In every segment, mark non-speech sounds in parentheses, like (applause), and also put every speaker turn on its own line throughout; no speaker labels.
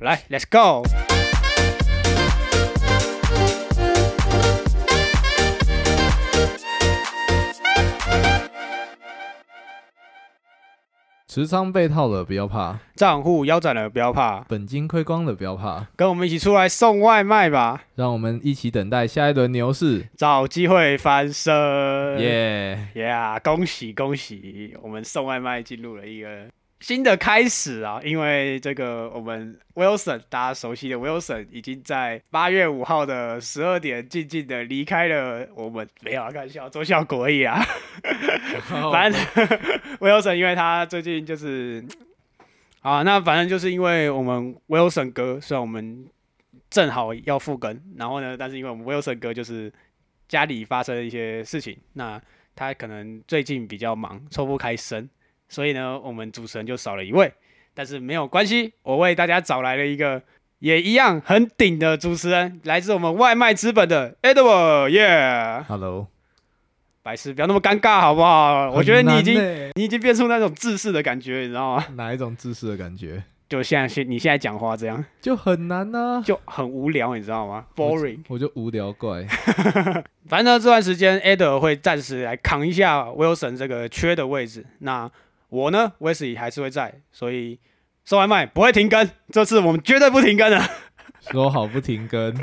来，Let's go。
持仓被套了不要怕，
账户腰斩了，不要怕，
本金亏光了不要怕，
跟我们一起出来送外卖吧，
让我们一起等待下一轮牛市。
找机会翻身。
耶、
Yeah，恭喜恭喜！我们送外卖进入了一个新的开始啊，因为这个我们 Wilson 大家熟悉的 Wilson 已经在八月五号的十二点静静的离开了我们，没有啊，开玩笑，周效果而已啊。 (laughs)
哦
反正 (laughs) Wilson 因为他最近就是啊，那反正就是因为我们 Wilson 哥，虽然我们正好要复更，然后呢，但是因为我们 Wilson 哥就是家里发生了一些事情，那他可能最近比较忙，抽不开身，所以呢，我们主持人就少了一位，但是没有关系，我为大家找来了一个。也一样很顶的主持人，来自我们外卖资本的 Edward，耶、
Hello，
白痴，不要那么尴尬好不好？ (laughs) 我觉得你已经
很难欸
你已经变出那种自视的感觉，你知道吗？
哪一种姿势的感觉，
就像现你现在讲话这样，
就很难呐、啊。
就很无聊，你知道吗？Boring。
我就无聊怪，
反正呢，这段时间 e d e 会暂时来扛一下 Wilson 这个缺的位置。那我呢，Wesley 还是会在，所以送外卖不会停更，这次我们绝对不停更啊的。
说好不
(laughs)
停更，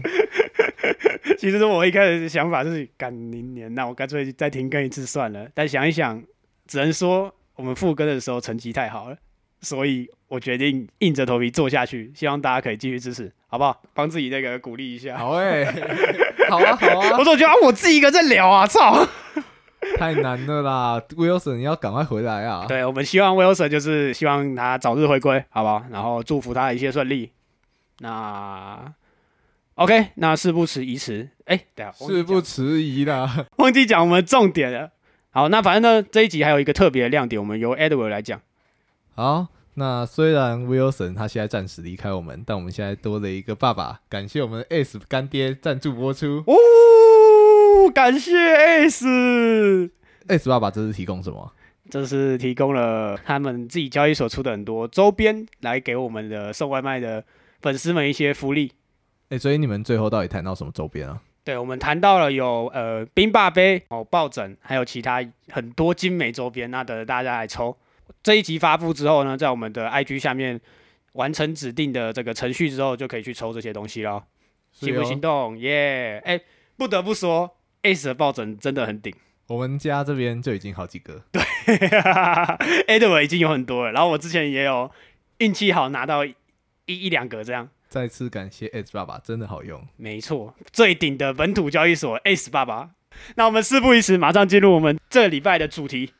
其实我一开始的想法就是，赶明年，那我干脆再停更一次算了。但想一想，只能说我们复更的时候成绩太好了，所以我决定硬着头皮做下去。希望大家可以继续支持，好不好？帮自己那个鼓励一下。
好哎、好啊好啊
(laughs) 我，总觉得啊我自己一个在聊啊，操！
太难了啦，Wilson 要赶快回来啊。
对，我们希望 Wilson 就是希望他早日回归，好不好？然后祝福他一切顺利。那 OK，那事不迟，宜迟。哎、等一下，忘记
事
讲
不迟疑啦，
(laughs) 忘记讲我们重点了。好，那反正呢，这一集还有一个特别的亮点，我们由 Edward 来讲。
好，那虽然 Wilson 他现在暂时离开我们，但我们现在多了一个爸爸，感谢我们的 S 干爹赞助播出。
哦，感谢 S，
S 爸爸这是提供什么？
这是提供了他们自己交易所出的很多周边，来给我们的送外卖的粉丝们一些福利。
哎、所以你们最后到底谈到什么周边啊？
对，我们谈到了有呃冰霸杯、哦抱枕，还有其他很多精美周边，那等着大家来抽。这一集发布之后呢，在我们的 IG 下面完成指定的这个程序之后，就可以去抽这些东西了。
是
行不
哦
行动？耶！哎，不得不说，S 的抱枕真的很顶。 (laughs)
我们家这边就已经好几个，
Edward 已经有很多了，然后我之前也有运气好拿到一一两个这样。
再次感谢 S 爸爸，真的好用。
没错，最顶的本土交易所 S 爸爸。那我们事不宜迟，马上进入我们这礼拜的主题。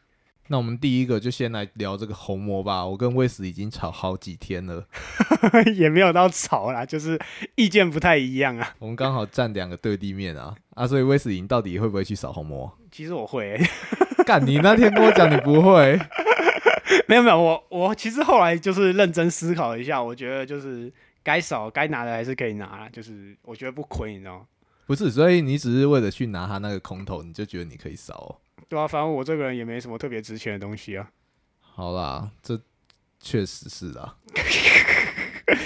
那我们第一个就先来聊这个红魔吧。我跟 Wes 已经吵好几天 (laughs) 了，
(laughs) 也没有到吵啦，就是意见不太一样啊。
我们刚好站两个对立面啊啊，所以 Wes 你到底会不会去扫红魔？
其实我会、 (laughs) 欸
干，你那天跟我讲你不会， (laughs)
没有没有，我我其实后来就是认真思考一下，我觉得就是该少该拿的还是可以拿啦，就是我觉得不亏，你知道吗？
不是？所以你只是为了去拿他那个空头，你就觉得你可以扫哦、
对啊，反正我这个人也没什么特别值钱的东西啊。 (laughs)
好啦，这确实是啦，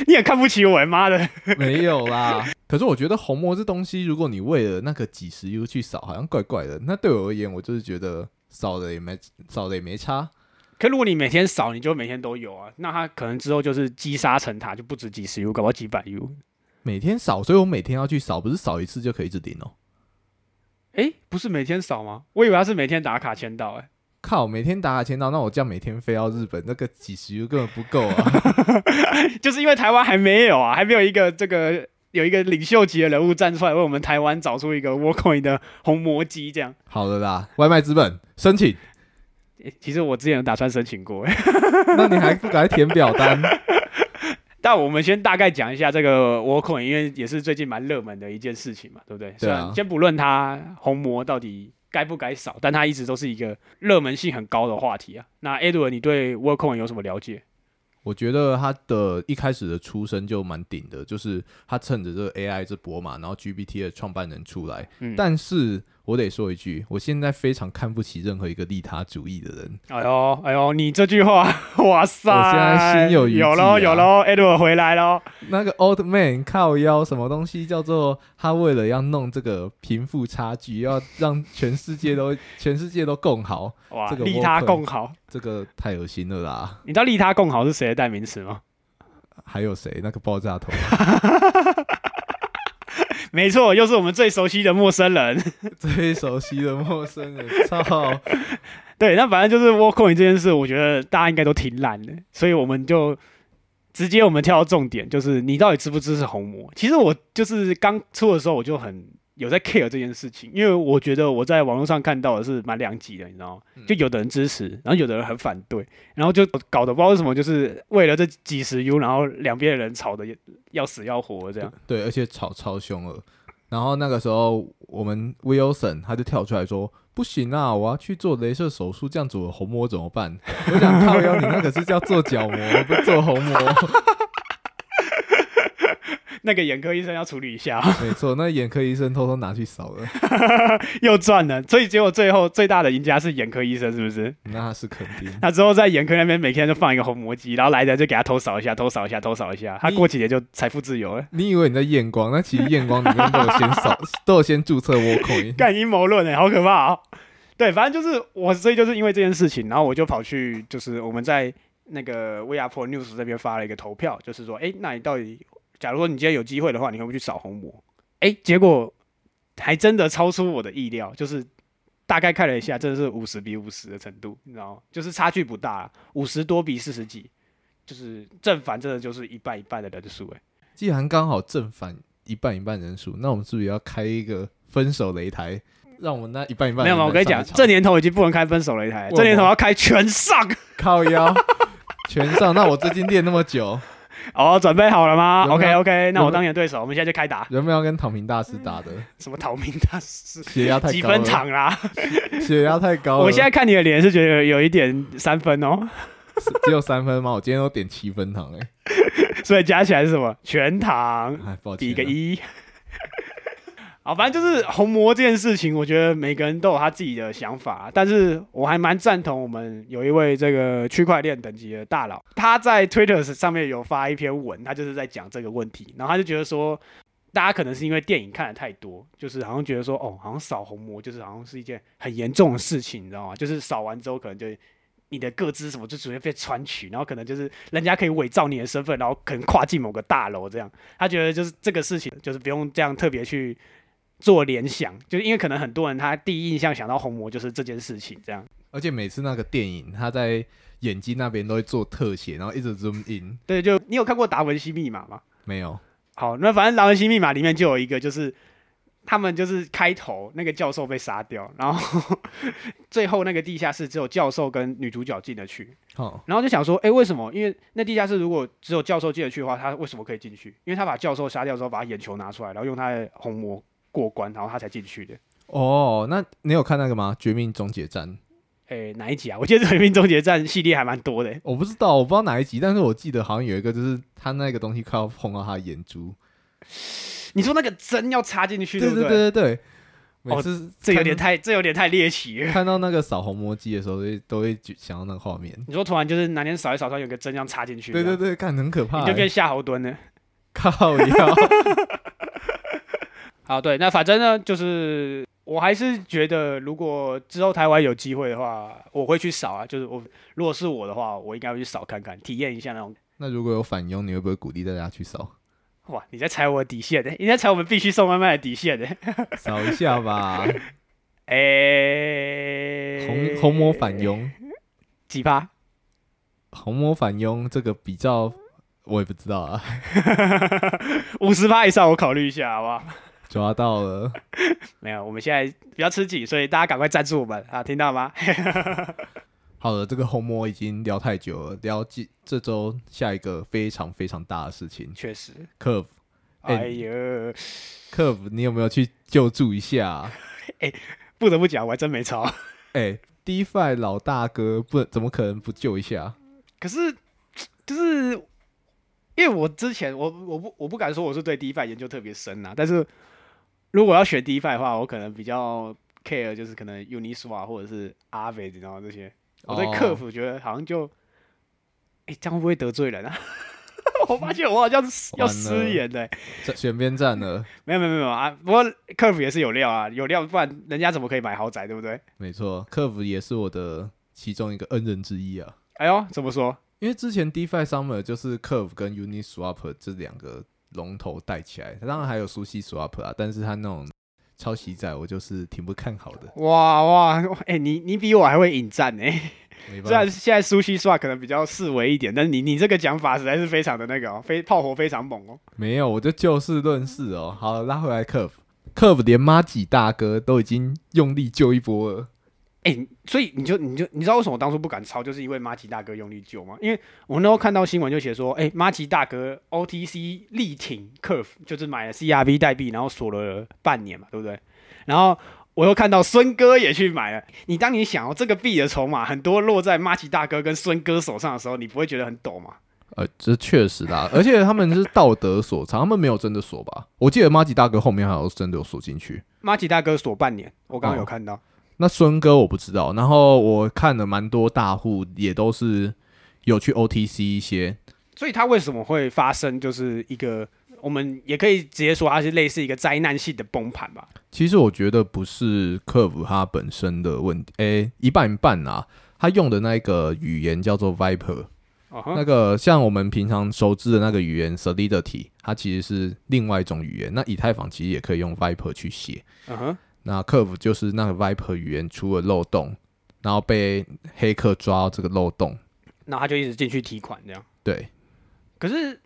你也看不起我，欸妈的！
(laughs) 没有啦。可是我觉得红魔这东西，如果你为了那个几十 U 去扫，好像怪怪的。那对我而言，我就是觉得扫了也没扫了也没差。
可如果你每天少，你就每天都有啊，那他可能之后就是积沙成塔，就不止几十 U，搞不好几百 U。
每天扫，所以我每天要去扫，不是扫一次就可以一直领哦、
诶，不是每天少吗？我以为他是每天打卡签到、诶。欸
靠，每天打卡签到，那我这样每天飞到日本，那个几十 U 根本不够啊！
(laughs)
(laughs)
就是因为台湾还没有啊，还没有一个这个有一个领袖级的人物站出来为我们台湾找出一个 WorkCoin 的红魔机这样。
好了啦，外卖资本申请，
诶其实我之前有打算申请过，诶
那你还不赶快填表单？
但我们先大概讲一下这个 WorkCoin，因为也是最近蛮热门的一件事情嘛，对不对？
啊
虽然先不论它红魔到底该不该少，但它一直都是一个热门性很高的话题啊。那 Edward，你对 WorkCoin 有什么了解？
我觉得他的一开始的出身就蛮顶的，就是他趁着这个 AI 这波嘛，然后 GPT 的创办人出来。
嗯
但是我得说一句，我现在非常看不起任何一个利他主义的人。
哎呦哎呦，你这句话， (laughs) 哇塞！
我现在心有余悸
有
啊
喽有喽，Edward 回来喽。
那个 old man 靠腰什么东西叫做他为了要弄这个贫富差距，要让全世界都 (laughs) 全世界都更好，
哇，
这个
利
我
他
可
共好，
这个太恶心了啦！
你知道利他共好是谁的代名词吗？
还有谁？那个爆炸头， (laughs)
没错，又是我们最熟悉的陌生人。
最熟悉的陌生人，操！
对，那反正就是 Walkcoin 这件事，我觉得大家应该都挺懒的，所以我们就直接我们跳到重点，就是你到底支不支持红魔？其实我就是刚出的时候，我就很有在 care 这件事情，因为我觉得我在网络上看到的是蛮两极的，你知道吗？就有的人支持，然后有的人很反对，然后就搞得不知道为什么，就是为了这几十 U，然后两边的人吵得要死要活这样。
对，而且吵超凶了。然后那个时候，我们 Wilson 他就跳出来说：“不行啊，我要去做镭射手术，这样子我虹膜怎么办？”我想靠腰，你那可是叫做角膜，不是做虹膜。
那个眼科医生要处理一下。
(laughs)
(laughs)
没错，那眼科医生偷偷拿去扫了，
又赚了，所以结果最后最大的赢家是眼科医生，是不是？
那他是肯定。
他之后在眼科那边每天就放一个红魔机，然后来的就给他偷扫一下，偷扫一下，偷扫一下，他
你
过几年就财富自由了。
你以为你在验光，那其实验光里面都有先扫， (laughs) 都有先注册 w a l k o i n
干阴谋论哎，好可怕哦！对，反正就是我，所以就是因为这件事情，然后我就跑去，就是我们在那个 v r p o News 这边发了一个投票，就是说，哎、那你到底，假如说你今天有机会的话，你会不会去扫红魔？哎、结果还真的超出我的意料，就是大概看了一下，真的是五十比五十的程度，你知道吗？就是差距不大，五十多比四十几，就是正反真的就是一半一半的人数哎。
既然刚好正反一半一半人数，那我们是不是要开一个分手擂台，让我们那一半一半
没
的
有嘛，
人
我跟你
上来
讲，
吵
这年头已经不能开分手擂台，
为
这年
什
头
么
要开全上。
靠腰全上？那我最近练那么久，
哦，准备好了吗
有没
？OK
有
OK，那
有
我
没
当你的对手，我们现在就开打。
人们要跟躺平大师打的，
什么逃命大师？
血 (laughs) 压太
嗯几
高了，
分场啦？
血压太高了。
我现在看你的脸是觉得有一点三分哦，
只有三分吗？我今天都点七分糖哎、
所以加起来是什么？全场
哎，抱歉
比
啊，
个一。好，反正就是红魔这件事情，我觉得每个人都有他自己的想法，但是我还蛮赞同我们有一位这个区块链等级的大佬，他在 Twitter 上面有发一篇文，他就是在讲这个问题，然后他就觉得说，大家可能是因为电影看的太多，就是好像觉得说，哦，好像扫红魔就是好像是一件很严重的事情，你知道吗？就是扫完之后可能就。你的个资什么就直接被穿取，然后可能就是人家可以伪造你的身份，然后可能跨进某个大楼这样。他觉得就是这个事情，就是不用这样特别去做联想，就是因为可能很多人他第一印象想到红魔就是这件事情这样。
而且每次那个电影，他在眼睛那边都会做特写，然后一直 zoom in，
对，就你有看过《达文西密码》吗？
没有，
好，那反正《达文西密码》里面就有一个，就是他们就是开头那个教授被杀掉，然后最后那个地下室只有教授跟女主角进得去，
好，
然后就想说，哎，为什么？因为那地下室如果只有教授进得去的话，他为什么可以进去？因为他把教授杀掉之后，把他眼球拿出来，然后用他的红魔过关，然后他才进去的。
哦，那你有看那个吗？《绝命终结战》？
诶、哪一集啊？我 (laughs) 记得《人民终结战》系列还蛮多的、
我不知道，我不知道哪一集，但是我记得好像有一个，就是他那个东西快要碰到他的眼珠，
你说那个针要插进去，
对
不
对对对，每次看、
哦这有点太，这有点太猎 (laughs) 奇了。
看到那个扫红魔机的时候，都会都会觉想到那个画面。
你说突然就是哪天扫一扫，突然有个针这样插进去，
对对
对，啊
对，看很可怕、
你
欸， (laughs)
就变夏侯惇了。
靠腰。 (laughs)
好，对，那反正呢，就是我还是觉得，如果之后台湾有机会的话，我会去扫啊。就是我如果是我的话，我应该会去扫看看，体验一下那种。
那如果有反佣，你会不会鼓励大家去扫？
哇，你在踩我的底线的、欸你在踩我们必须送外卖的底线的、欸
扫一下吧，
诶，
红红魔反佣，
哎几趴？
红魔反佣这个比较，我也不知道啊， (laughs)
五十趴以上，我考虑一下，好不好？
抓到了。
没有，我们现在比较吃紧，所以大家赶快赞助我们啊！听到吗？ (laughs)
好了，这个红魔已经聊太久了，聊这这周下一个非常非常大的事情
确实，
，Curve 哎
哎呦，
Curve，你有没有去救助一下啊？
不得不讲，我还真没抄。
哎、d e f i 老大哥不怎么可能不救一下？
(laughs) 可是，就是因为我之前我我不我不敢说我是对 DeFi 研究特别深啊，但是如果要学 DeFi 的话，我可能比较 care 就是可能 Uniswap 或者是 Aave，然后这些，我
哦
对客服觉得好像就，哎、这样会不会得罪人啊？ (laughs) 我发现我好像是要
完了
失言的、
这选边站了，
没有没有没有啊，不过客服也是有料啊，有料，不然人家怎么可以买豪宅，对不对？
没错，客服也是我的其中一个恩人之一啊。
哎呦，怎么说？
因为之前 DeFi Summer 就是 Curve 跟 Uniswap 这两个龙头带起来，当然还有熟悉 Swap 啊，但是它那种抄袭仔我就是挺不看好的，
哇哇，哎、你你比我还会引战 (laughs) 哎、
没
虽然
办法，
现在苏西刷可能比较四维一点，但是你你这个讲法实在是非常的那个哦，非炮火非常猛哦。
没有，我就就事论事哦。好，拉回来 Curve。Curve 连马几大哥都已经用力救一波了，
哎、所以你就你就你知道为什么我当初不敢抄，就是因为马吉大哥用力救吗？因为我那时候看到新闻就写说，哎、马吉大哥 OTC 力挺 Curve，就是买了 CRV 代币，然后锁了半年嘛，对不对？然后我又看到孙哥也去买了。你当你想哦，这个币的筹码很多落在马吉大哥跟孙哥手上的时候，你不会觉得很抖吗？
呃，这确实啦， (laughs) 而且他们是道德所长，他们没有真的锁吧？我记得马几大哥后面好像是真的有锁进去，
马吉大哥锁半年，我刚刚有
哦
看到。
那孙哥我不知道，然后我看了蛮多大户也都是有去 OTC 一些，
所以它为什么会发生，就是一个我们也可以直接说它是类似一个灾难性的崩盘吧。
其实我觉得不是客服他本身的问题，诶、一半一半啊。他用的那一个语言叫做 Viper，、
哦、
那
哼，
个像我们平常熟知的那个语言 Solidity，它其实是另外一种语言。那以太坊其实也可以用 Viper 去写，
嗯哼，
那客服就是那个 Viper 语言出了漏洞，然后被黑客抓到这个漏洞。
那他就一直进去提款这样。
对，
可是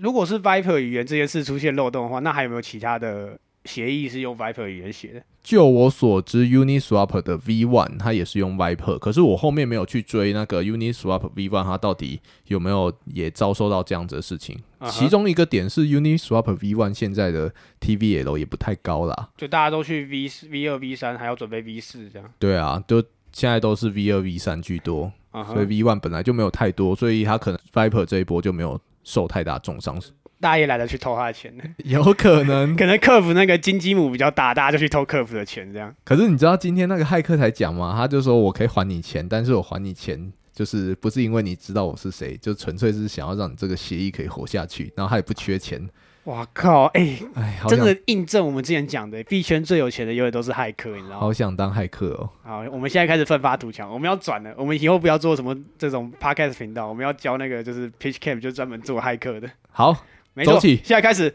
如果是 Viper 语言这件事出现漏洞的话，那还有没有其他的协议是用 Viper 语言写的？
就我所知，Uniswap 的 V One 它也是用 Viper，可是我后面没有去追那个 Uniswap V One 它到底有没有也遭受到这样子的事情。
啊哈
其中一个点是 Uniswap V One 现在的 TVL 也不太高啦。
就大家都去 V 四、V 二、V 三，还要准备 V 四这样。
对啊，就现在都是 V 二 V 三居多，
嗯
所以
哼，
V One 本来就没有太多，所以它可能 Viper 这一波就没有受太大重
(laughs)
伤，
大爷懒得去偷他的钱，
有可能。
可能客服那个金鸡母比较大，大家就去偷客服的钱这样。
可是你知道今天那个骇客才讲吗？他就说我可以还你钱，但是我还你钱就是不是因为你知道我是谁，就纯粹是想要让你这个协议可以活下去。然后他也不缺钱，
哇靠！ (laughs) 哎、
哎， (laughs) 好
真
想
的印证我们之前讲的，币圈最有钱的永远都是骇客，你知道吗？
好想当骇客哦。
好，我们现在开始奋发图强，我们要转了，我们以后不要做什么这种 podcast 频道，我们要教那个就是 pitch camp，就是专门做骇客的。
好，
没错，
走起
现在开始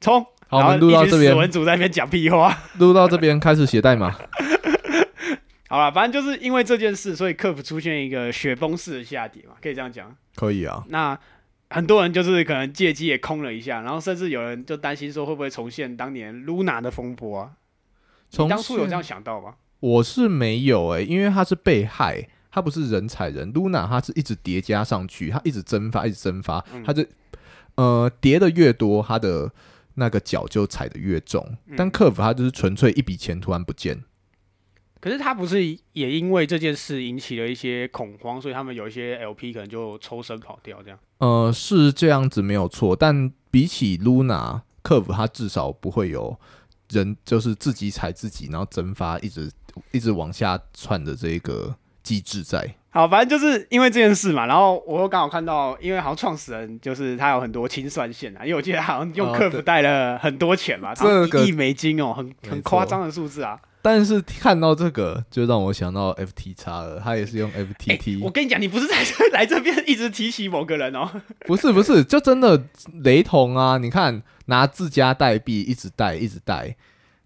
冲！然
好，我
后
们录到这
一群死
边，
文组在那边讲屁话。 (laughs)
录到这边开始写代码。
好了，反正就是因为这件事，所以客服出现一个雪崩式的下跌嘛， (laughs) 可以这样讲。
可以啊，
那很多人就是可能借机也空了一下，然后甚至有人就担心说会不会重现当年 Luna 的风波啊？你
从
当初有这样想到吗？
我是没有诶、因为他是被害，他不是人踩人。Luna 他是一直叠加上去，他一直蒸发，一直蒸发，他就呃叠的越多，他的那个脚就踩的越重。但客服他就是纯粹一笔钱突然不见，
可是他不是也因为这件事引起了一些恐慌，所以他们有一些 LP 可能就抽身跑掉这样。
呃是这样子没有错，但比起 Luna 客服他至少不会有人就是自己踩自己，然后蒸发一直一直往下窜的这个机制在。
好，反正就是因为这件事嘛，然后我又刚好看到，因为好像创始人就是他有很多清算线啊，因为我记得他好像用
哦
客服
对
贷了很多钱嘛，
这个
好像一亿美金哦，很很
没错
夸张的数字啊。
但是看到这个，就让我想到 FT x 了，他也是用
哎
FTT，、
我跟你讲，你不是在这来这边一直提起某个人哦，
不是不是，就真的雷同啊！你看，拿自家代币一直贷一直贷，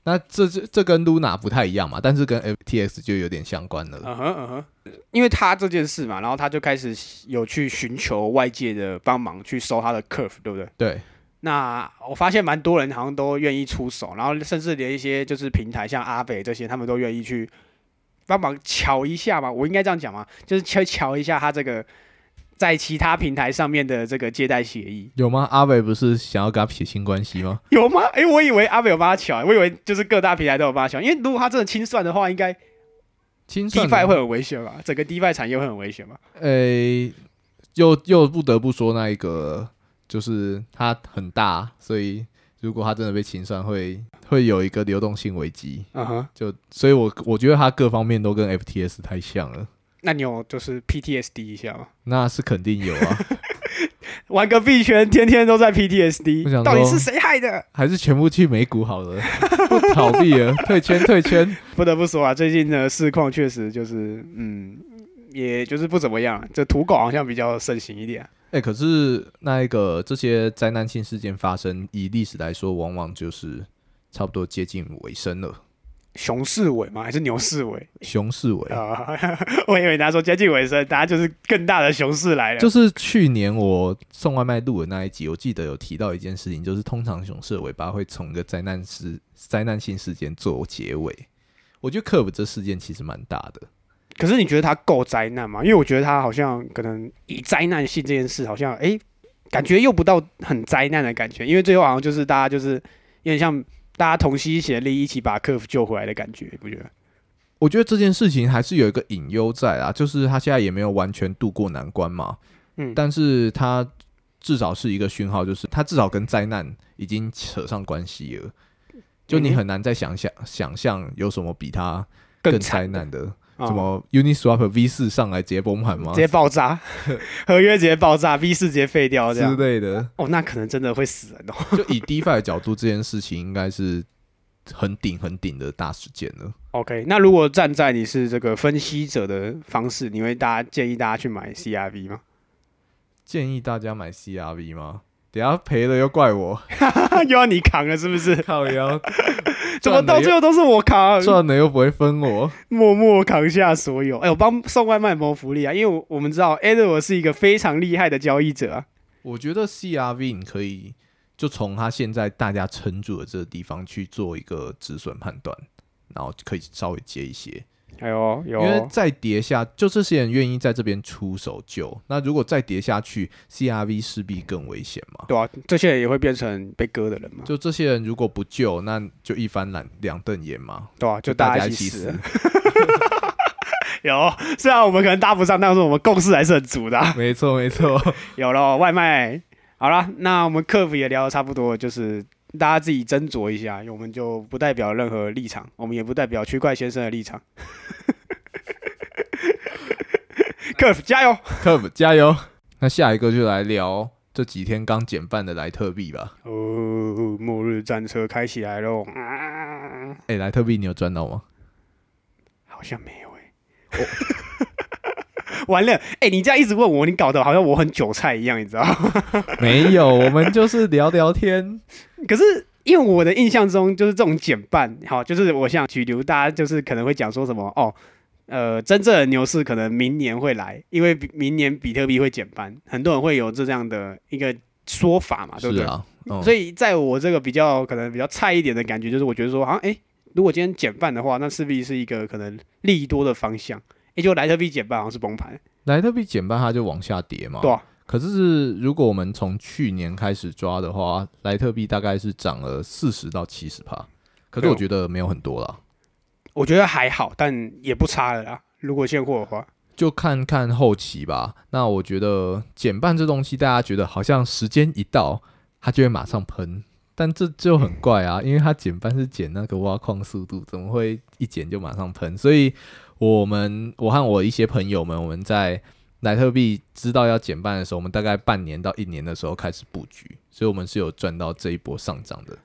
那这这这跟 Luna 不太一样嘛，但是跟 FTX 就有点相关了。
嗯哼嗯哼，因为他这件事嘛，然后他就开始有去寻求外界的帮忙去收他的 curve，对不对？
对，
那我发现蛮多人好像都愿意出手，然后甚至连一些就是平台像阿北这些，他们都愿意去帮忙瞧一下嘛。我应该这样讲吗？就是去瞧一下他这个在其他平台上面的这个借贷协议
有吗？阿伟不是想要跟他撇清关系吗？
有吗？诶，我以为阿北有帮他瞧，我以为就是各大平台都有帮他瞧，因为如果他真的清算的话，应该
清算
DeFi 会很危险吧？整个 DeFi 产业会很危险吧？
诶、又又不得不说那一个，就是它很大，所以如果他真的被清算，会会有一个流动性危机。
嗯哼，
就所以我，我觉得他各方面都跟 FTS 太像了，
那你有就是 PTSD 一下吗？
那是肯定有啊，
玩个币圈，天天都在
我想
PTSD，
说
到底是谁害的？
还是全部去美股好了，不逃避了，退圈退圈。
不得不说啊，最近的市况确实就是，嗯，也就是不怎么样。这土狗好像比较盛行一点。
哎、可是那一个这些灾难性事件发生，以历史来说，往往就是差不多接近尾声了，
熊市尾吗？还是牛市尾
熊市尾。
啊？ (laughs) 我以为大家说接近尾声，大家就是更大的熊市来了。
就是去年我送外卖录的那一集，我记得有提到一件事情，就是通常熊市的尾巴会从一个灾难事、灾难性事件做结尾。我觉得 Curve 这事件其实蛮大的，
可是你觉得它够灾难吗？因为我觉得它好像可能以灾难性这件事，好像哎、诶感觉又不到很灾难的感觉，因为最后好像就是大家就是有点像大家同心协力一起把客服救回来的感觉，你不觉得？
我觉得这件事情还是有一个隐忧在啊，就是他现在也没有完全渡过难关嘛，
嗯，
但是他至少是一个讯号，就是他至少跟灾难已经扯上关系了。就你
嗯哼
很难再想象想象有什么比它
更
更
惨
灾难的，
啊
什么 Uniswap V 四上来直接崩盘吗？
直接爆
(laughs)
炸，合约直接爆炸，V 四直接废掉这
之
样。(laughs)
类的。
哦，那可能真的会死人哦。 (laughs)
就以 DeFi 的角度，这件事情应该是很顶很顶的大事件了。
OK，那如果站在你是这个分析者的方式，你会大家建议大家去买 CRV 吗？ (laughs)
建议大家买 CRV 吗？等一下赔了又怪我，
又要你扛了是不是？
靠 (laughs) 腰
怎么到最后都是我扛？
赚了又不会分我？
默默扛下所有。哎、我帮送外卖谋福利啊，因为我我们知道 Edward 是一个非常厉害的交易者啊。
我觉得 CRV 你可以就从它现在大家撑住的这个地方去做一个止损判断，然后可以稍微接一些，
哎呦，有
因为再跌下，就这些人愿意在这边出手救。那如果再跌下去，CRV 势必更危险嘛。
对啊，这些人也会变成被割的人嘛，
就这些人如果不救，那就一翻两两瞪眼嘛，
对啊，就
大
家
一
起死
死
了。。 (laughs) 有，虽然我们可能搭不上，但是我们共识还是很足的啊、
(laughs) 没错没错，
有了外卖，好了，那我们客服也聊得差不多了，就是大家自己斟酌一下，因为我们就不代表任何立场，我们也不代表区块先生的立场。客服加油！
克服加油。那下一个就来聊这几天刚减半的莱特币吧。
哦，末日战车开起来喽！啊，
哎、莱特币你有赚到吗？
好像没有哎、 (laughs) 完了，哎、你这样一直问我，你搞得好像我很韭菜一样，你知道？
没
(laughs)
有，我们就是聊聊天。
可是因为我的印象中，就是这种减半，好，就是我想举例，大家就是可能会讲说什么哦，呃，真正的牛市可能明年会来，因为比明年比特币会减半，很多人会有这样的一个说法嘛，对不
是
对？
啊，嗯、
所
以
以在我这个比较可能比较菜一点的感觉，就是我觉得说，好像哎、诶如果今天减半的话，那势必是一个可能利多的方向。也就莱特币减半好像是崩盘，
莱特币减半它就往下跌嘛。
对啊
可是如果我们从去年开始抓的话，莱特币大概是涨了四十到七十趴，可是
对
我
哦
觉得没有很多啦。
我觉得还好，但也不差了啦。如果现货的话，
就看看后期吧。那我觉得减半这东西，大家觉得好像时间一到，它就会马上喷，但这就很怪啊，因为它减半是减那个挖矿速度，怎么会一减就马上喷？所以我们我和我一些朋友们，我们在莱特币知道要减半的时候，我们大概半年到一年的时候开始布局，所以我们是有赚到这一波上涨的。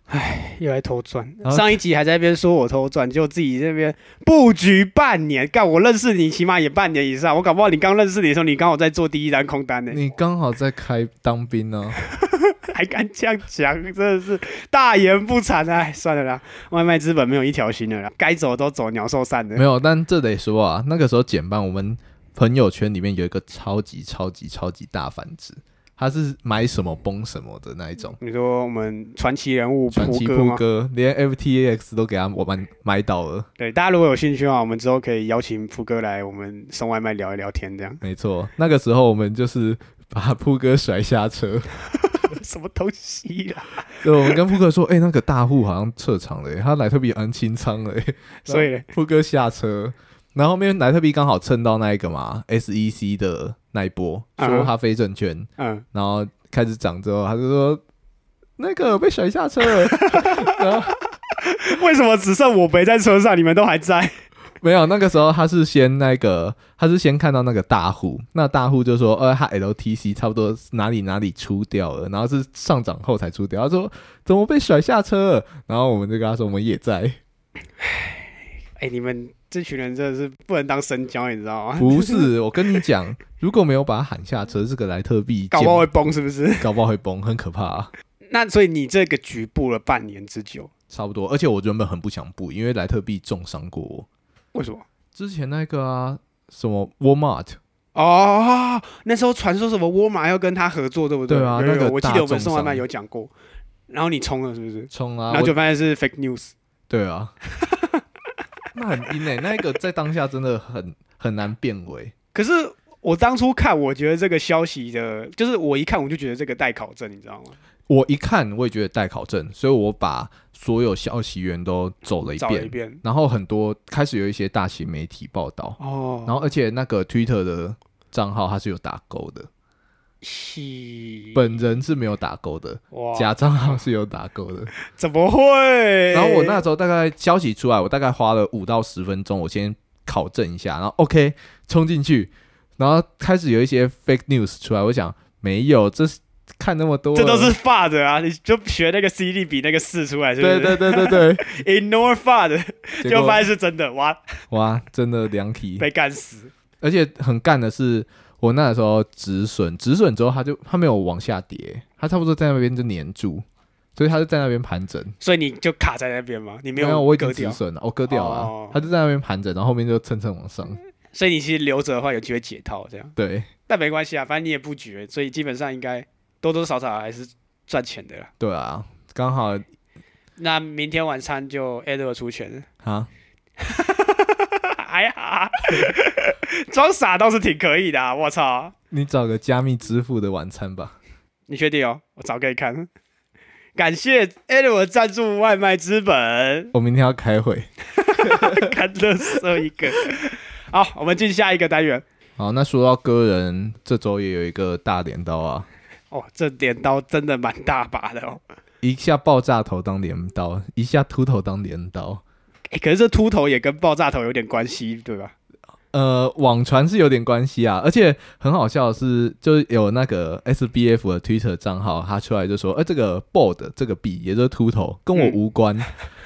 又来偷赚。
然后
上一集还在那边说我偷赚，就自己这边布局半年。干，我认识你起码也半年以上，我搞不好你刚认识你的时候，你刚好在做第一单空单呢、
你刚好在开当兵啊呢、
(laughs) 还敢这样讲，真的是大言不惭啊！ (laughs) 哎，算了啦，外卖资本没有一条心了啦，该走都走，鸟兽散的
没。有，但这得说啊，那个时候减半，我们朋友圈里面有一个超级超级超级大反值，他是买什么崩什么的那一种。
你说我们传奇人物
传
胡
奇
歌
扑
嗯吗？
哥连 FTX 都给他我们买倒了，
对，大家如果有兴趣的话，我们之后可以邀请扑哥来我们送外卖聊一聊天，这样
没错。那个时候我们就是把扑哥甩下车，
(laughs) 什么东西啦？
所以我们跟扑哥说：“哎、那个大户好像撤场了、他莱特币安清仓了、
所以呢
扑哥下车，然后后面莱特币刚好蹭到那一个嘛 SEC 的那一波，
嗯
说
哼
他非证券，
嗯，
然后开始涨之后，他就说那个被甩下车了， (laughs) 然后
为什么只剩我没在车上，你们都还在？
没有，那个时候他是先那个，他是先看到那个大户，那大户就说，呃，他 LTC 差不多哪里哪里出掉了，然后是上涨后才出掉。他说怎么被甩下车了？然后我们就跟他说我们也在，
哎、你们这群人真的是不能当深交，你知道吗？
不是，我跟你讲，如果没有把他喊下车，这个莱特
(laughs)
币
搞不好会崩，是不是？ (laughs)
搞不好会崩，很可怕、啊。
那所以你这个局部了半年之久，
差不多，而且我原本很不想布，因为莱特币重伤过我。
为什么？
之前那个啊，什么 Walmart，
哦，那时候传说什么沃尔玛要跟他合作，对不
对啊
有有
那个
有我记
大
得我们
众
送外卖
商
有讲过，然后你冲了是不是？
冲啊，
然后
我
就发现是 fake news。
对啊， (laughs) 那很阴诶、那一个在当下真的很很难辨为。
可是我当初看，我觉得这个消息的，就是我一看我就觉得这个待考证，你知道吗？
我一看，我也觉得待考证，所以我把所有消息源都走了一
找
遍，
了一遍
然后很多开始有一些大型媒体报道，
哦，
然后而且那个 Twitter 的账号它是有打勾的，
西
本人是没有打勾的，
哇，
假账号是有打勾的。
怎么会？
然后我那时候大概消息出来，我大概花了五到十分钟，我先考证一下，然后 OK 冲进去，然后开始有一些 fake news 出来，我想没有，这是看那么多了，
这都是 FUD 啊，你就学那个 CD 比那个四出来，是不
对
是？
对对对
(laughs)
对，
，ignore FUD，
结
就
果
发现是真的，哇，
哇，真的两体，
被干死。
而且很干的是。我那时候止损，止损之后它就它没有往下跌，它差不多在那边就粘住，所以它就在那边盘整。
所以你就卡在那边嘛，你没
没有，我已经
割
止
掉，
损了，我割掉了啊、
哦
它就在那边盘整，然后后面就蹭蹭往上。
所以你其实留着的话有机会解套这样，
对，
但没关系啊，反正你也不绝，所以基本上应该多多少少还是赚钱的啦。
对啊，刚好
那明天晚餐就 Edward 出钱，
啊，
(laughs) 哎呀， (laughs) 装傻倒是挺可以的、啊，我操！
你找个加密支付的晚餐吧。
你确定哦？我找给你看。感谢 Edward 赞助外卖资本。
我明天要开会。
看乐色一个。 (laughs) 好，我们进下一个单元。
好，那说到个人，这周也有一个大镰刀啊，
哦，这镰刀真的蛮大把的哦。
一下爆炸头当镰刀，一下秃头当镰刀。
诶可是这秃头也跟爆炸头有点关系，对吧？
呃，网传是有点关系啊，而且很好笑的是，就是有那个 SBF 的 Twitter 账号，他出来就说，呃，这个 bald 这个 B 也就是秃头，跟我
嗯
无关。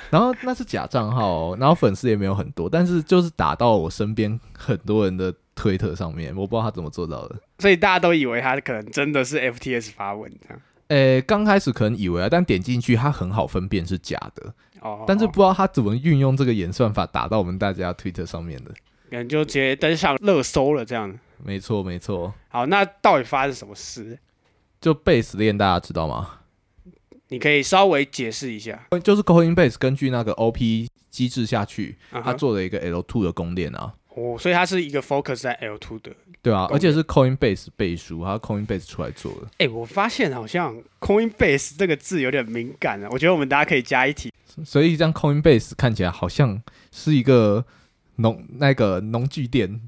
然后那是假账号、哦，然后粉丝也没有很多，但是就是打到我身边很多人的推特上面，我不知道他怎么做到的。
所以大家都以为他可能真的是 FTS 发文这样。
诶，刚开始可能以为啊，但点进去它很好分辨是假的，
哦，
但是
哦
不知道它怎么运用这个演算法打到我们大家推特上面的。 (laughs)
可能就直接登上热搜了这样。
没错，没错，
好，那到底发生什么事？
就 base 链大家知道吗？
你可以稍微解释一下。
就是 Coinbase 根据那个 OP 机制下去，
啊
它
哈
做了一个 L2 的公链啊，
哦，所以它是一个 focus 在 L two 的。
对啊，
公链
而且是 Coinbase 背书，它 Coinbase 出来做的。
哎、我发现好像 Coinbase 这个字有点敏感啊，我觉得我们大家可以加一题。
所以这样 Coinbase 看起来好像是一个农那个农
(laughs)
具店，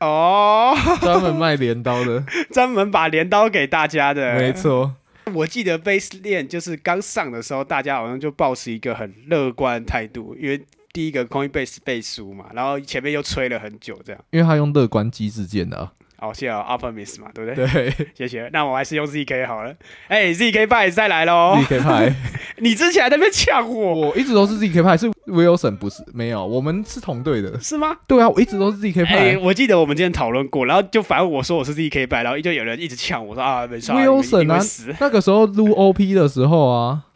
哦， (laughs)
专门卖镰刀的，
专门把镰刀给大家的，
没错。
(laughs) 我记得 Base 链就是刚上的时候，大家好像就抱持一个很乐观的态度，因为第一个 Coinbase 背书嘛，然后前面又吹了很久这样。
因为它用乐观机制建的、啊，
好，谢谢 Optimus 嘛，对不对？
对
谢谢。那我还是用 ZK 好了。哎、z k 派再来喽！
，ZK 派，
你之前还在那边呛我，
哦 (laughs) 我一直都是 ZK 派，是 Wilson 不是？没有，我们是同队的。
是吗？
对啊，我一直都是 ZK
哎、
派。
我记得我们之前讨论过，然后就反正我说我是 ZK 派，然后就有人一直呛我说啊，没错，你们一
Wilson
定
啊
会死
(laughs) 那个时候录 OP 的时候啊，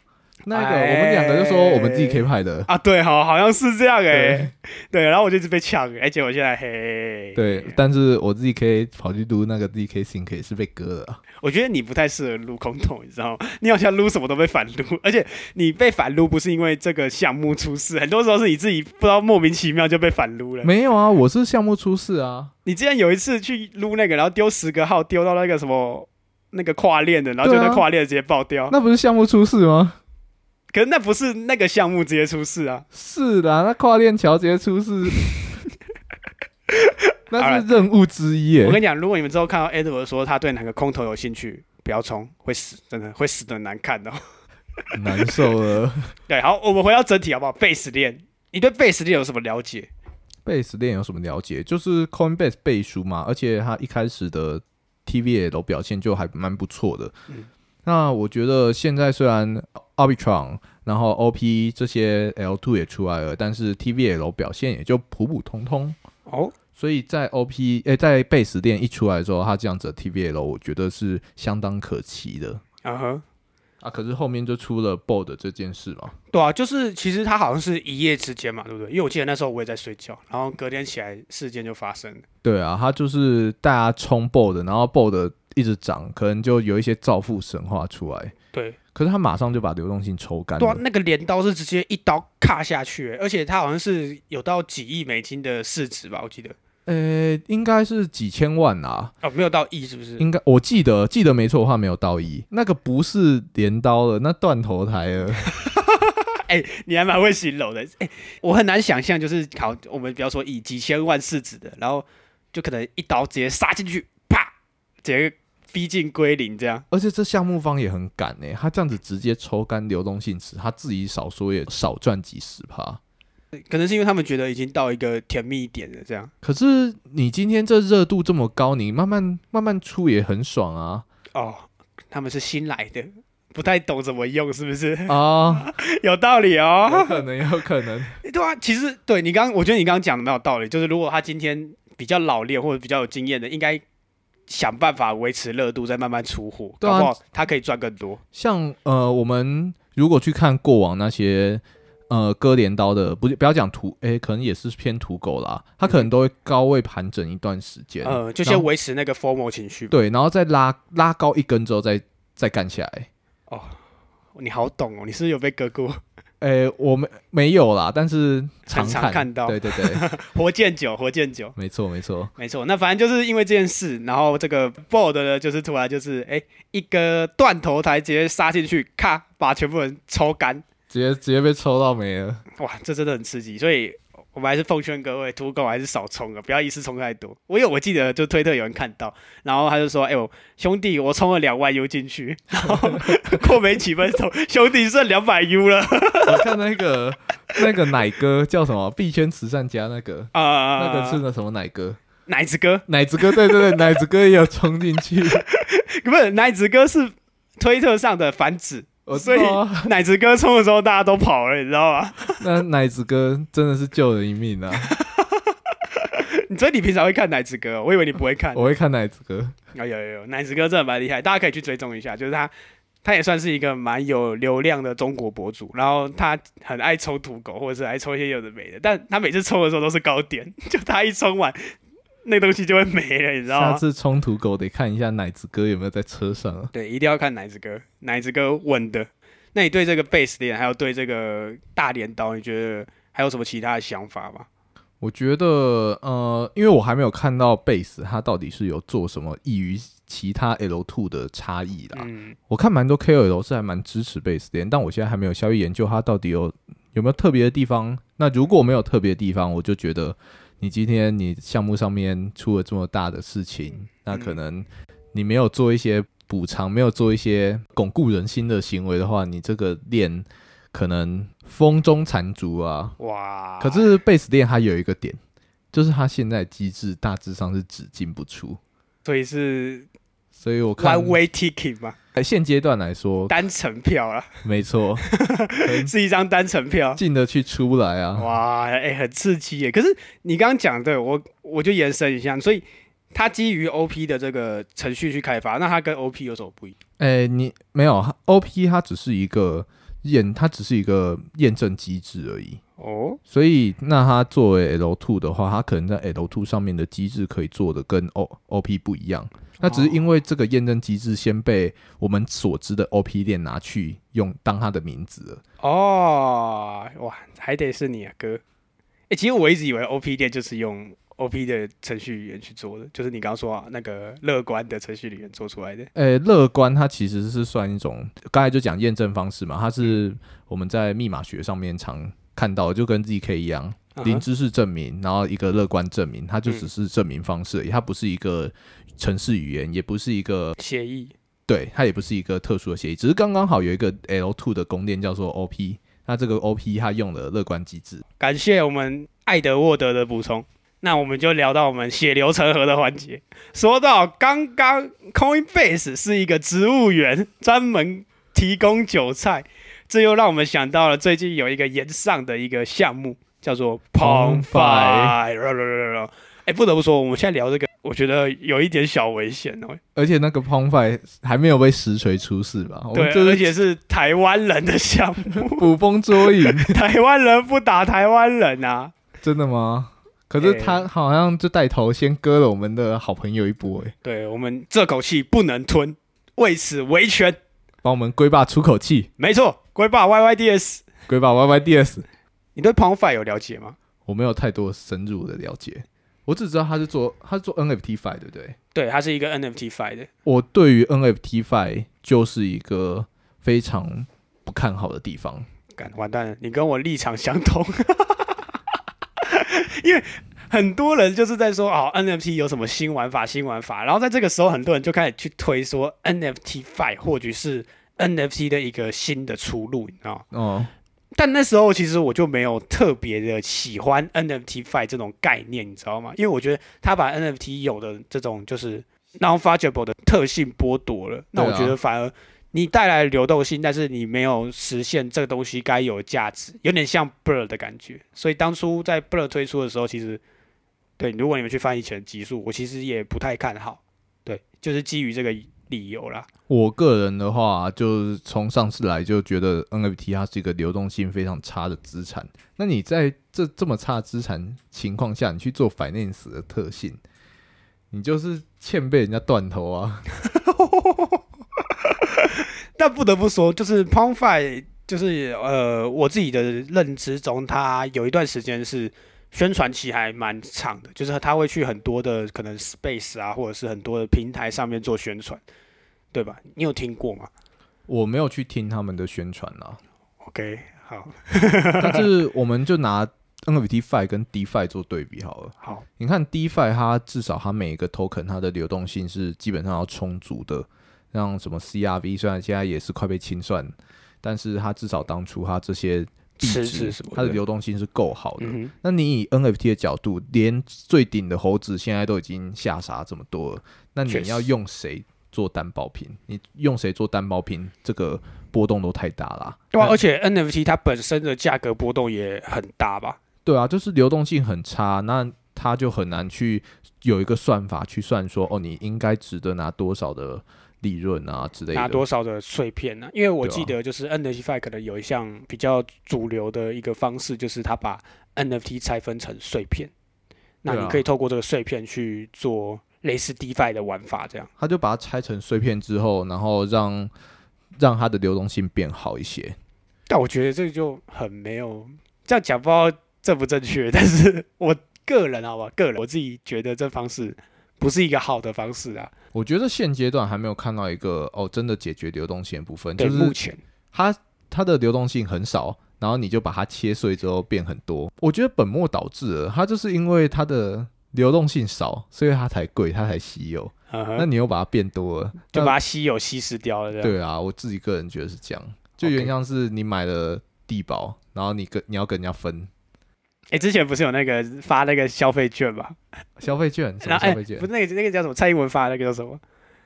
那个
哎
我们两个就说我们 ZK 派的。
啊，对，好，好像是这样哎、
对
(laughs) 对，然后我就一直被呛，哎、结果现在嘿，
对，但是我 ZK 跑去读那个 ZK Think 也是被割了啊。
我觉得你不太适合撸空 (laughs) 桶，你知道吗？你好像撸什么都被反撸， (laughs) 而且你被反撸不是因为这个项目出事，很多时候是你自己不知道莫名其妙就被反撸了。
没有啊，我是项目出事啊。
你之前有一次去撸那个，然后丢十个号丢到那个什么那个跨链的，然后就
对啊
那跨链直接爆掉。
那不是项目出事吗？
可是那不是那个项目直接出事啊，
是的啊，那跨链桥直接
(laughs)
出事，那是任务之一
我
耶。
跟你讲，如果你们之后看到 Edward 说他对哪个空投有兴趣，不要冲，会死，真的会死的难看的、哦。 (laughs)
难受了。
对，好，我们回到整体好不好？贝斯链，你对贝斯链有什么了解？
Base 链有什么了解？就是 Coinbase 背书嘛，而且它一开始的 TVL 表现就还蛮不错的。那我觉得现在虽然 Arbitron，然后 OP 这些 L2 也出来了，但是 TVL 表现也就普普通通。
哦，
所以在 OP 诶、在 Base 链一出来之后，它这样子的 TVL 我觉得是相当可期的
嗯哼，
啊。可是后面就出了 Bold 这件事嘛，
对啊，就是其实它好像是一夜之间嘛，对不对？因为我记得那时候我也在睡觉，然后隔天起来事件就发生了。
对啊，它就是大家冲 Bold，然后 Bold 一直涨，可能就有一些造富神话出来。
对，
可是他马上就把流动性抽干
对啊
了，，
那个镰刀是直接一刀卡下去、欸而且它好像是有到几亿美金的市值吧，我记得
呃、应该是几千万啊，
哦，没有到亿，是不是？
应该我记得记得没错的话没有到一，那个不是镰刀了，那断头台了， (laughs)
哎、你还蛮会形容的。哎、我很难想象，就是好，我们比方说以几千万市值的，然后就可能一刀直接杀进去，啪，直接逼近归零这样。
而且这项目方也很敢呢、他这样子直接抽干流动性池，他自己少说也少赚几十趴。
可能是因为他们觉得已经到一个甜蜜点了，这样。
可是你今天这热度这么高，你慢慢慢慢出也很爽啊
哦，他们是新来的，不太懂怎么用，是不是？ (laughs)
啊，
有道理哦。
有可能有可能，
欸对啊，其实对你刚，我觉得你刚刚讲的蛮有道理，就是如果他今天比较老练或者比较有经验的，应该想办法维持热度，再慢慢出货，
对
搞
啊
不好他可以赚更多。
像呃，我们如果去看过往那些呃割镰刀的，不不要讲土，诶、可能也是偏土狗啦，它可能都会高位盘整一段时间，
呃，就
然
先
后
维持那个 formal 情绪。
对，然后再拉拉高一根之后再再干起来。
你好懂哦，你是不是有被割过？
诶、我没没有啦，但是常
很常看到
对对对， (laughs)
活见久，活见久，
没错没错，
没错。那反正就是因为这件事，然后这个 board 呢，就是突然就是哎、一个断头台直接杀进去，咔，把全部人抽干。
直接直接被抽到没了。
哇，这真的很刺激，所以我们还是奉劝各位土狗还是少冲啊，不要一次冲太多。我有我记得就推特有人看到，然后他就说：“哎、呦，兄弟，我充了两万 U 进去，然后 (laughs) 过没几分钟，兄弟剩两百 U 了。
我看那个那个奶哥叫什么？币圈慈善家那个。
啊啊、
那个是那什么奶哥？
奶子哥，
奶子哥，对对对，奶子哥也有冲进去，
不是奶子哥是推特上的反指，
我知
所以
道啊
奶子哥冲的时候大家都跑了，你知道吗？ (laughs)
那奶子哥真的是救了一命啊！
所以你平常会看奶子哥哦、我以为你不会看。
我会看奶子哥，
啊、有有有，奶子哥真的蛮厉害，大家可以去追踪一下，就是他。他也算是一个蛮有流量的中国博主，然后他很爱抽土狗，或者是爱抽一些有的没的，但他每次抽的时候都是高点， (laughs) 就他一抽完，那东西就会没了，你知道
下
吗？
次冲土狗得看一下奶子哥有没有在车上啊。
对，一定要看奶子哥，奶子哥稳的。那你对这个贝斯链，还有对这个大镰刀，你觉得还有什么其他的想法吗？
我觉得，呃，因为我还没有看到贝斯它到底是有做什么异于其他 L two 的差异啦。
嗯，
我看蛮多 KOL 是还蛮支持贝斯链，但我现在还没有下去研究它到底有有没有特别的地方。那如果没有特别的地方，我就觉得你今天你项目上面出了这么大的事
嗯
情，那可能你没有做一些补偿，没有做一些巩固人心的行为的话，你这个链可能风中残烛啊。
哇，
可是贝斯链它有一个点，就是它现在机制大致上是只进不出，
所以是
所以我看
one way ticket 嘛，
呃现阶段来说，
单程票啦，
没错，可能
是一张单程票。
进得去出不来啊。
哇，哎、很刺激耶！可是你刚刚讲的，我我就延伸一下，所以它基于 OP 的这个程序去开发，那它跟 OP 有什么不一样？
哎、你没有它 OP，它只是一个验，它只是一个验证机制而已。
哦，
所以，那它作为 L two 的话，它可能在 L two 上面的机制可以做的跟 O OP 不一样。那只是因为这个验证机制先被我们所知的 OP 链拿去用当它的名字了。
哦，哇，还得是你啊，哥！哎、其实我一直以为 OP 店就是用 OP 的程序语言去做的，就是你刚刚说、啊、那个乐观的程序语言做出来的。
呃，乐观它其实是算一种，刚才就讲验证方式嘛，它是我们在密码学上面常看到的，就跟 ZK 一样，
嗯哼嗯
零知识证明，然后一个乐观证明，它就只是证明方式而已，它不是一个程式语言，也不是一个
协议
对，它也不是一个特殊的协议，只是刚刚好有一个 L two 的供电叫做 OP，那这个 OP 它用了乐观机制。
感谢我们艾德沃德的补充。那我们就聊到我们血流成河的环节。说到刚刚，Coinbase 是一个植物园，专门提供韭菜，这又让我们想到了最近有一个延上的一个项目，叫做 Pong
Pong Fi
Five。哎，不得不说，我们现在聊这个，我觉得有一点小危险哦。
而且那个 p o n f i 还没有被实锤出事吧？我
对
们，就
而
是
且是台湾人的项目， (laughs)
捕风捉影， (laughs)
台湾人不打台湾人啊。
真的吗？可是
哎
他好像就带头先割了我们的好朋友一波、欸，
对我们这口气不能吞，为此维权。
帮我们龟爸出口气。
没错，龟爸 YYDS，
龟爸 YYDS，
你对 Pong Five 有了解吗？
我没有太多深入的了解，我只知道他是做他是做 NFT Fi，对不对？
对，它是一个 NFT Five 的。
我对于 NFT Fi 就是一个非常不看好的地方。
干，完蛋了，你跟我立场相同。 (laughs) 因为很多人就是在说哦，NFT 有什么新玩法、新玩法，然后在这个时候，很多人就开始去推说 NFT Five 或许是 NFT 的一个新的出路，你知道吗？
哦，
但那时候其实我就没有特别的喜欢 NFT Fi 这种概念，你知道吗？因为我觉得他把 NFT 有的这种就是 non fungible 的特性剥夺了，那
对啊
我觉得反而你带来流动性，但是你没有实现这个东西该有的价值，有点像 Blur 的感觉。所以当初在 Blur 推出的时候，其实对，如果你们去翻以前的集数，我其实也不太看好，对，就是基于这个理由啦。
我个人的话，就是从上次来就觉得 NFT 它是一个流动性非常差的资产。那你在这这么差的资产情况下，你去做 finance 的特性，你就是欠被人家断头啊！
但不得不说，就是 p o n f i 就是呃，我自己的认知中，它有一段时间是宣传期还蛮长的，就是它会去很多的可能 Space 啊，或者是很多的平台上面做宣传，对吧？你有听过吗
我没有去听他们的宣传啊啦，
？OK，好，
(laughs) 但是我们就拿 NFT Fi 跟 DeFi 做对比好了。
好，
你看 DeFi 它至少它每一个 token 它的流动性是基本上要充足的，让什么 CRV 虽然现在也是快被清算，但是它至少当初它这些币
是
值
是是我
它
觉
的
得
流动性是够好的。
嗯哼，
那你以 NFT 的角度，连最顶的猴子现在都已经下杀这么多了，那你
确实
要用谁做担保品？你用谁做担保品？这个波动都太大啦、
对啊，
那
而且 NFT 它本身的价格波动也很大吧？
对啊，就是流动性很差，那他就很难去有一个算法去算说，哦，你应该值得拿多少的利润啊之类的。
拿多少的碎片呢、因为我
对啊
记得就是 NFT Five 可能有一项比较主流的一个方式，就是它把 NFT 拆分成碎片，那
对啊
你可以透过这个碎片去做类似 DeFi 的玩法，这样。
他就把它拆成碎片之后，然后让让它的流动性变好一些。
但我觉得这个就很没有这样讲，不知道正不正确， (laughs) 但是我个人好吧，个人我自己觉得这方式不是一个好的方式啊。
我觉得现阶段还没有看到一个哦，真的解决流动性的部分，
对，
就
目
是
前
它它的流动性很少，然后你就把它切碎之后变很多。我觉得本末倒置了，它就是因为它的流动性少，所以它才贵，它才稀有。
嗯
那
哼，
你又把它变多了，
就
那
把它稀有稀释掉了，这样。
对啊，我自己个人觉得是这样，就有点
OK
像是你买了地保，然后你跟你要跟人家分
哎、之前不是有那个发那个消费券吗？
消费券，什
然后
么
哎、
消费券
不？是那个那个叫什么？蔡英文发那个叫什么？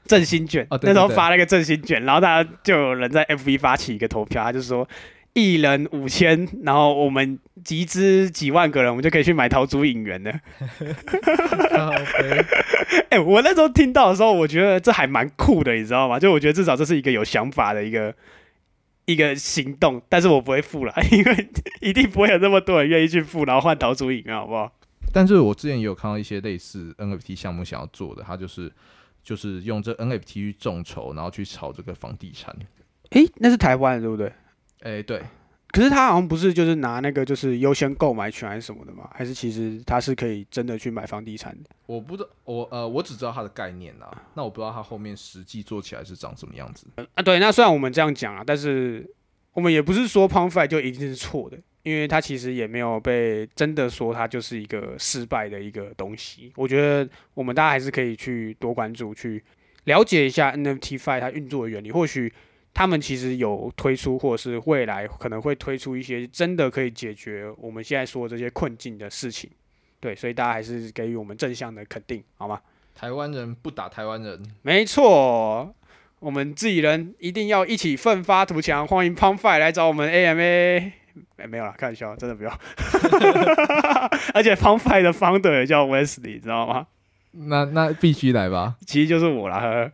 振兴券。
哦对
那时
对
候
对
发那个振兴券，然后大家就有人在 FB 发起一个投票，他就说一人五千，然后我们集资几万个人，我们就可以去买桃竹影园的。
靠背
(laughs) 哎、我那时候听到的时候，我觉得这还蛮酷的，你知道吗？就我觉得至少这是一个有想法的一个一个行动，但是我不会付了， (laughs) 因为一定不会有那么多人愿意去付，然后换桃竹影，好不好？
(laughs) 但是我之前也有看到一些类似 NFT 项目想要做的，它就是就是用这 NFT 去众筹，然后去炒这个房地产。
诶、那是台湾的，对不对？
哎、对，
可是他好像不是就是拿那个就是优先购买权还是什么的吗？还是其实他是可以真的去买房地产的？
我不知道，我呃，我只知道它的概念啦，那我不知道它后面实际做起来是长什么样子。
啊，对，那虽然我们这样讲啊，但是我们也不是说 p o n f i 就一定是错的，因为它其实也没有被真的说它就是一个失败的一个东西。我觉得我们大家还是可以去多关注去。了解一下 NFT Five 它运作的原理，或许他们其实有推出，或者是未来可能会推出一些真的可以解决我们现在说的这些困境的事情。对，所以大家还是给予我们正向的肯定，好吗？
台湾人不打台湾人，
没错，我们自己人一定要一起奋发图强，欢迎 p o n Five 来找我们 AMA。哎没有啦，开玩笑，真的不要。 (laughs) 而且 p o n Five 的 founder 也叫 Wesley，知道吗？
那那必须来吧。
其实就是我啦，呵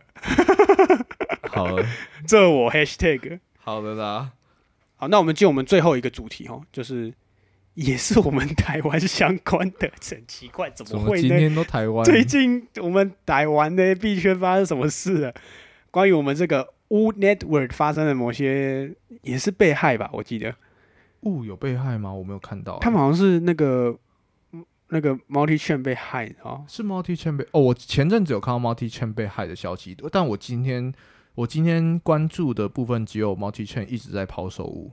呵
好了，
这我 Hashtag。
(laughs) 好的啦，
好，那我们进我们最后一个主题哦，就是也是我们台湾相关的，很奇怪，怎
怎
么
么
会
今
呢？
天都台湾？
最近我们台湾的币圈发生什么事了？关于我们这个 U Network 发生的某些也是被害吧，我记得
雾有被害吗？我没有看到欸、
他们好像是那个那个 Multi Chain 被害哦。
是 Multi Chain 被哦，我前阵子有看到 Multi Chain 被害的消息，但我今天我今天关注的部分只有 Multi Chain 一直在抛售物。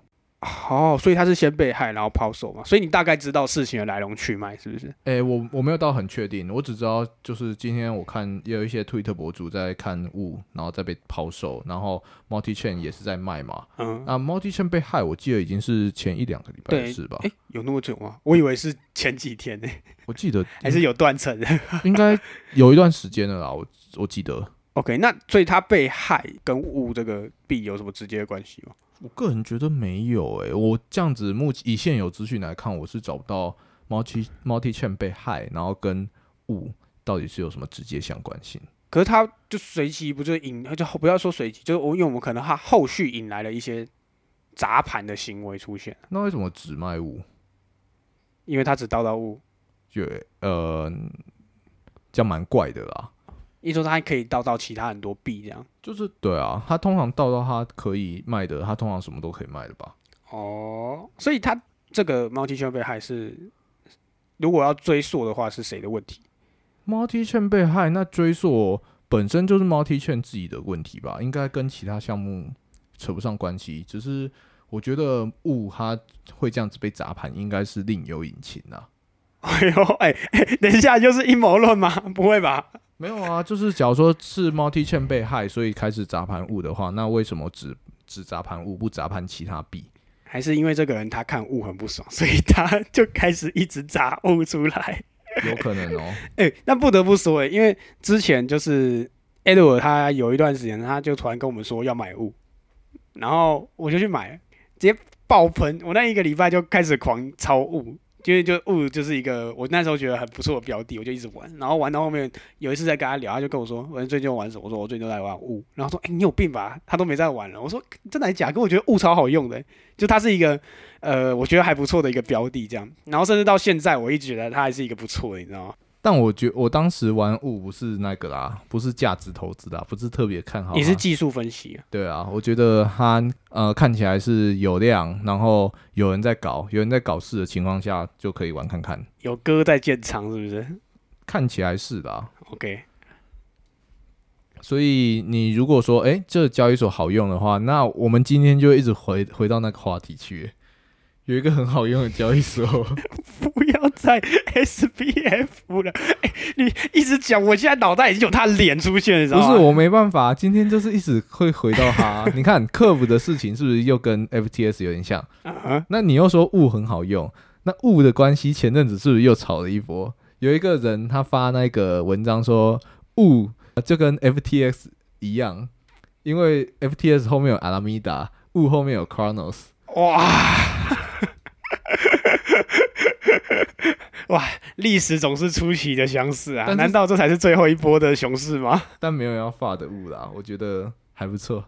哦，所以他是先被害，然后抛售嘛，所以你大概知道事情的来龙去脉是不是？
诶、我我没有到很确定，我只知道就是今天我看也有一些推特博主在看物，然后再被抛售，然后 Multi Chain 也是在卖嘛。
嗯，
那 Multi Chain 被害，我记得已经是前一两个礼拜的
对
事吧？
哎、有那么久吗？我以为是前几天呢、
我记得
还是有断层的。
应该有一段时间了啦，我我记得。
OK，那所以他被害跟误这个币有什么直接的关系吗？
我个人觉得没有诶、我这样子目前以现有资讯来看，我是找不到 multi multi chain 被害，然后跟物到底是有什么直接相关性。
可是他就随即不就引，就不要说随即，就是我因为我们可能他后续引来了一些砸盘的行为出现，
那为什么只卖物？
因为他只叨叨物，
就呃，这样蛮怪的啦。
一说他还可以叨到其他很多币这样。
就是对啊，他通常到到他可以卖的，他通常什么都可以卖的吧？
哦，所以他这个猫鸡圈被害是，如果要追溯的话是谁的问题？ (laughs)
multi chain 被害，那追溯本身就是 multi chain 自己的问题吧，应该跟其他项目扯不上关系。只是我觉得物它会这样子被砸盘，应该是另有隐情啊。
哎呦，哎、哎等一下又是阴谋论吗？ (laughs) 不会吧？
没有啊，就是假如说是 multi chain 被害，所以开始砸盘物的话，那为什么只只砸盘物，不砸盘其他币？
还是因为这个人他看物很不爽，所以他就开始一直砸物出来。
有可能哦。
(laughs) 哎、那不得不说、哎，因为之前就是 Edward 他有一段时间，他就突然跟我们说要买物，然后我就去买了，直接爆喷。我那一个礼拜就开始狂抄物，因为就物就是一个我那时候觉得很不错的标的，我就一直玩。然后玩到后面有一次在跟他聊，他就跟我说：“我最近玩什么？”我说：“我最近都在玩物。”然后说：“哎、你有病吧？”他都没在玩了。我说：“真的还假的？”可我觉得物超好用的、就它是一个呃，我觉得还不错的一个标的这样。然后甚至到现在，我一直觉得它还是一个不错的，你知道吗？
但我觉我当时玩物不是那个啦，不是价值投资啦，不是特别看好它。
也是技术分析、啊。
对啊，我觉得他呃看起来是有量，然后有人在搞，有人在搞事的情况下就可以玩看看，
有歌在建仓是不是
看起来是的、啊。
？OK， (laughs)
所以你如果说哎、诶这交易所好用的话，那我们今天就一直回回到那个话题去。有一个很好用的交易所，
不要再 SBF 了。哎你一直讲，我现在脑袋已经有他脸出现了，你知道
不
吗？
是我没办法，今天就是一直会回到它。你看 Curve 的事情是不是又跟 FTS 有点像？
啊，
那你又说物很好用，那物的关系前阵子是不是又炒了一波？有一个人他发那个文章说物就跟 FTX 一样，因为 FTX 后面有 Alameda，物后面有 Chronos，
哇哇，历史总是出奇的相似啊！
但是
难道这才是最后一波的熊市吗？ (laughs)
但没有人要发的物啦，我觉得还不错。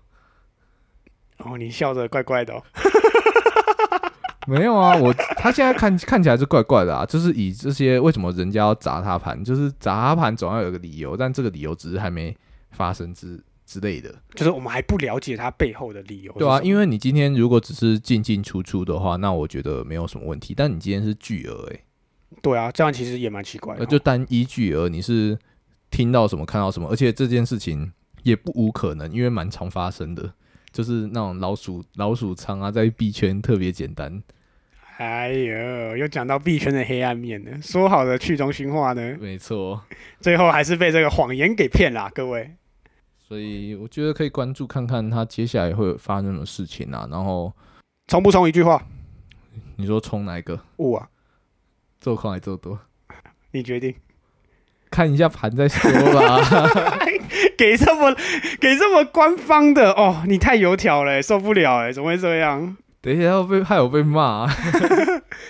哦，你笑着怪怪的、哦。
没有啊，我他现在看看起来是怪怪的啊，就是以这些为什么人家要砸他盘，就是砸他盘总要有个理由，但这个理由只是还没发生之之类的。
就是我们还不了解他背后的理由是什
对
么。
啊，因为你今天如果只是进进出出的话，那我觉得没有什么问题。但你今天是巨额、欸，
对啊，这样其实也蛮奇怪的、
呃，
哦。
就单一巨额，你是听到什么看到什么，而且这件事情也不无可能，因为蛮常发生的，就是那种老鼠老鼠仓啊，在币圈特别简
(laughs)
单，
哎呦，又讲到币圈的黑暗面了。说好的去中心化呢？
没错。
啊最后还是被这个谎言给骗啦，各位。
所以我觉得可以关注看看他接下来会有发生什么事情啊。然后
冲不冲一句话？
你说冲哪一个？
我啊，
做空还做多？
你决定。
看一下盘再说吧。 (laughs)
给这么给这么官方的哦，你太油条了，受不了哎，怎么会这样？
等一下要被害我被骂、啊。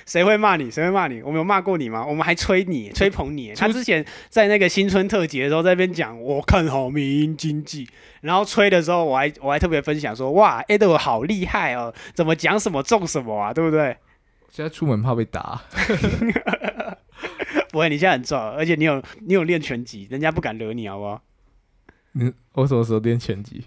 谁会骂你？谁会骂你？我们有骂过你吗？我们还吹你，吹捧你。他之前在那个新春特辑的时候，在那边讲我看好民营经济，然后吹的时候，我还我还特别分享说，哇，Edward 好厉害哦，怎么讲什么中什么啊，对不对？
现在出门怕被打。啊
不会，你现在很壮，而且你有你有练拳击，人家不敢惹你，好不好？
你嗯我什么时候练拳击？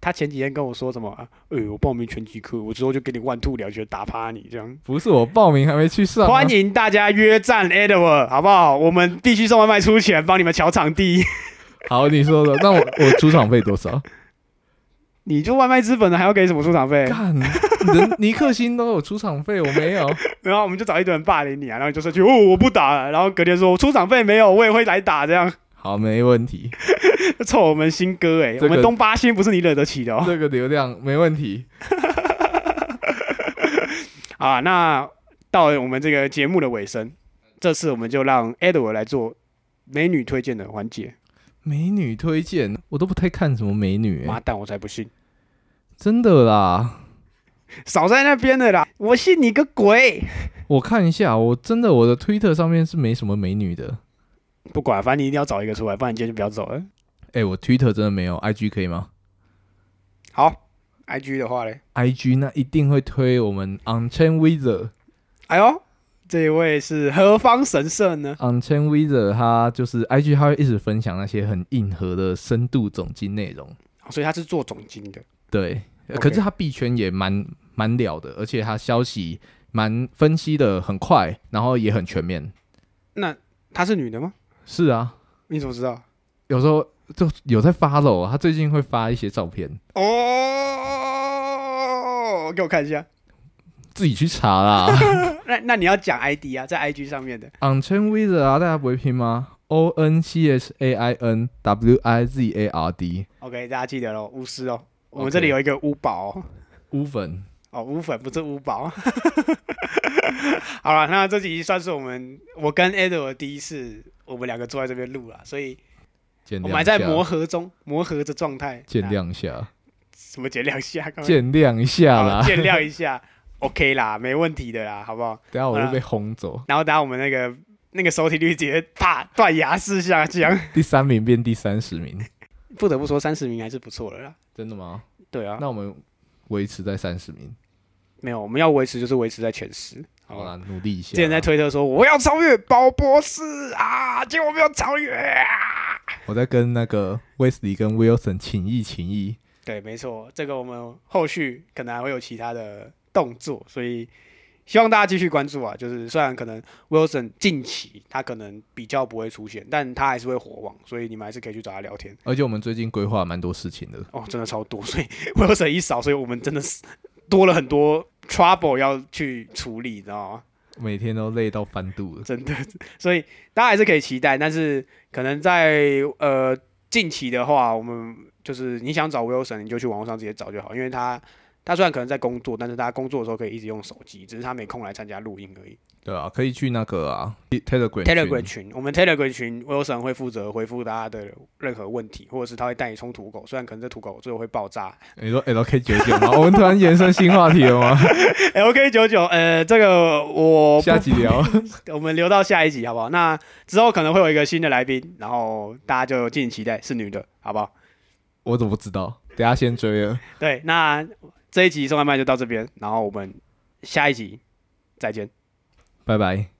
他前几天跟我说什么啊？哎、我报名拳击课，我之后就给你万兔了拳打趴你这样。
不是我报名还没去上、啊。
欢迎大家约战 Edward，好不好？我们必须送外卖出钱，帮你们瞧场地。 (laughs)
好，你说的。那我我出场费多少？
你就外卖资本了，还要给什么出场费？
干，人尼克星都有出场费，我没有。
然后我们就找一堆人霸凌你啊，然后你就说去哦，我不打了。然后隔天说我出场费没有，我也会来打，这样 (laughs)
好，没问题，
臭我们新哥哎、
这个
我们东八星不是你惹得起的哦。
这个流量没问题。
啊，那到了我们这个节目的尾声，这次我们就让 Edward 来做美女推荐的环节。
美女推荐，我都不太看什么美女、
妈
欸，
蛋，我才不信，
真的啦。
少在那边的啦，我信你个鬼！
我看一下，我真的我的推特上面是没什么美女的。
不管，反正你一定要找一个出来，不然你今天就不要走了。
哎、我推特真的没有，IG 可以吗
好，IG 的话嘞，
？IG 那一定会推我们 Unchain Wizard。
哎呦，这一位是何方神圣呢？
Unchain Wizard 他就是 IG，他会一直分享那些很硬核的深度总经内容。
哦所以他是做总经的，
对，呃
OK
可是他币圈也蛮蛮了的，而且他消息蛮分析的很快，然后也很全面。
她是女的吗？
是啊，
你怎么知道？
有时候就有在发喽，他最近会发一些照片，
哦，给我看一下。
自己去
(laughs)
查啦。
那那你要讲 ID 啊，在 IG 上面的。
Unchain Wizard 啊，大家不会拼吗？O N C H A I N W I Z A R D，
OK，大家记得喽，巫师哦。我们
OK
这里有一个巫宝哦，
乌粉。
哦巫粉不是巫宝。 (laughs) 好了，那这集算是我们我跟 Edward 第一次我们两个坐在这边录了，所以
见
我
谅
们还在
一下
磨合中，磨合的状态。
见
那
谅一下，
什么见谅一下？干嘛
见谅一下
好
啦。
啊见谅一 (laughs) 下，OK 啦，没问题的啦，好不好？
等下我就被轰走，
然后等下我们那个那个收听率直接啪断崖式下降。
(laughs) 第三名变第三十名，
(laughs) 不得不说，三十名还是不错的啦。
(laughs) 真的吗？
对啊，
那我们维持在三十名，
没有，我们要维持就是维持在前十，好
好啊
吧？
啦，努力一下。
之前在推特说我要超越鲍博士啊，结果没有超越啊。
我在跟那个 Wesley 跟 Wilson 请意请意，
对，没错，这个我们后续可能还会有其他的动作，所以希望大家继续关注啊。就是虽然可能 Wilson 近期他可能比较不会出现，但他还是会火网，所以你们还是可以去找他聊天。
而且我们最近规划蛮多事情的，
哦，真的超多，所以 (laughs) Wilson 一少，所以我们真的是多了很多 trouble 要去处理，你知道吗？
每天都累到翻肚了。
真的，所以大家还是可以期待，但是可能在呃近期的话，我们就是你想找 Wilson，你就去网络上直接找就好，因为他他虽然可能在工作，但是他工作的时候可以一直用手机，只是他没空来参加录音而已。
对啊，可以去那个啊 Telegram 群
Telegram 群，我们 Telegram 群 Wilson 会负责回复大家的任何问题，或者是他会带你冲土狗，虽然可能这土狗最后会爆炸。 (laughs)
你说 LK 九九吗？我 (laughs) 们突然延伸新话题了吗？
LK 九九，呃，这个 (laughs) 我不
下集聊。
我们留到下一集好不好？那之后可能会有一个新的来宾，然后大家就敬请期待，是女的，好不好？
我怎么不知道？等下先追了，
对，那这一集送外卖就到这边，然后我们下一集再见。
拜拜。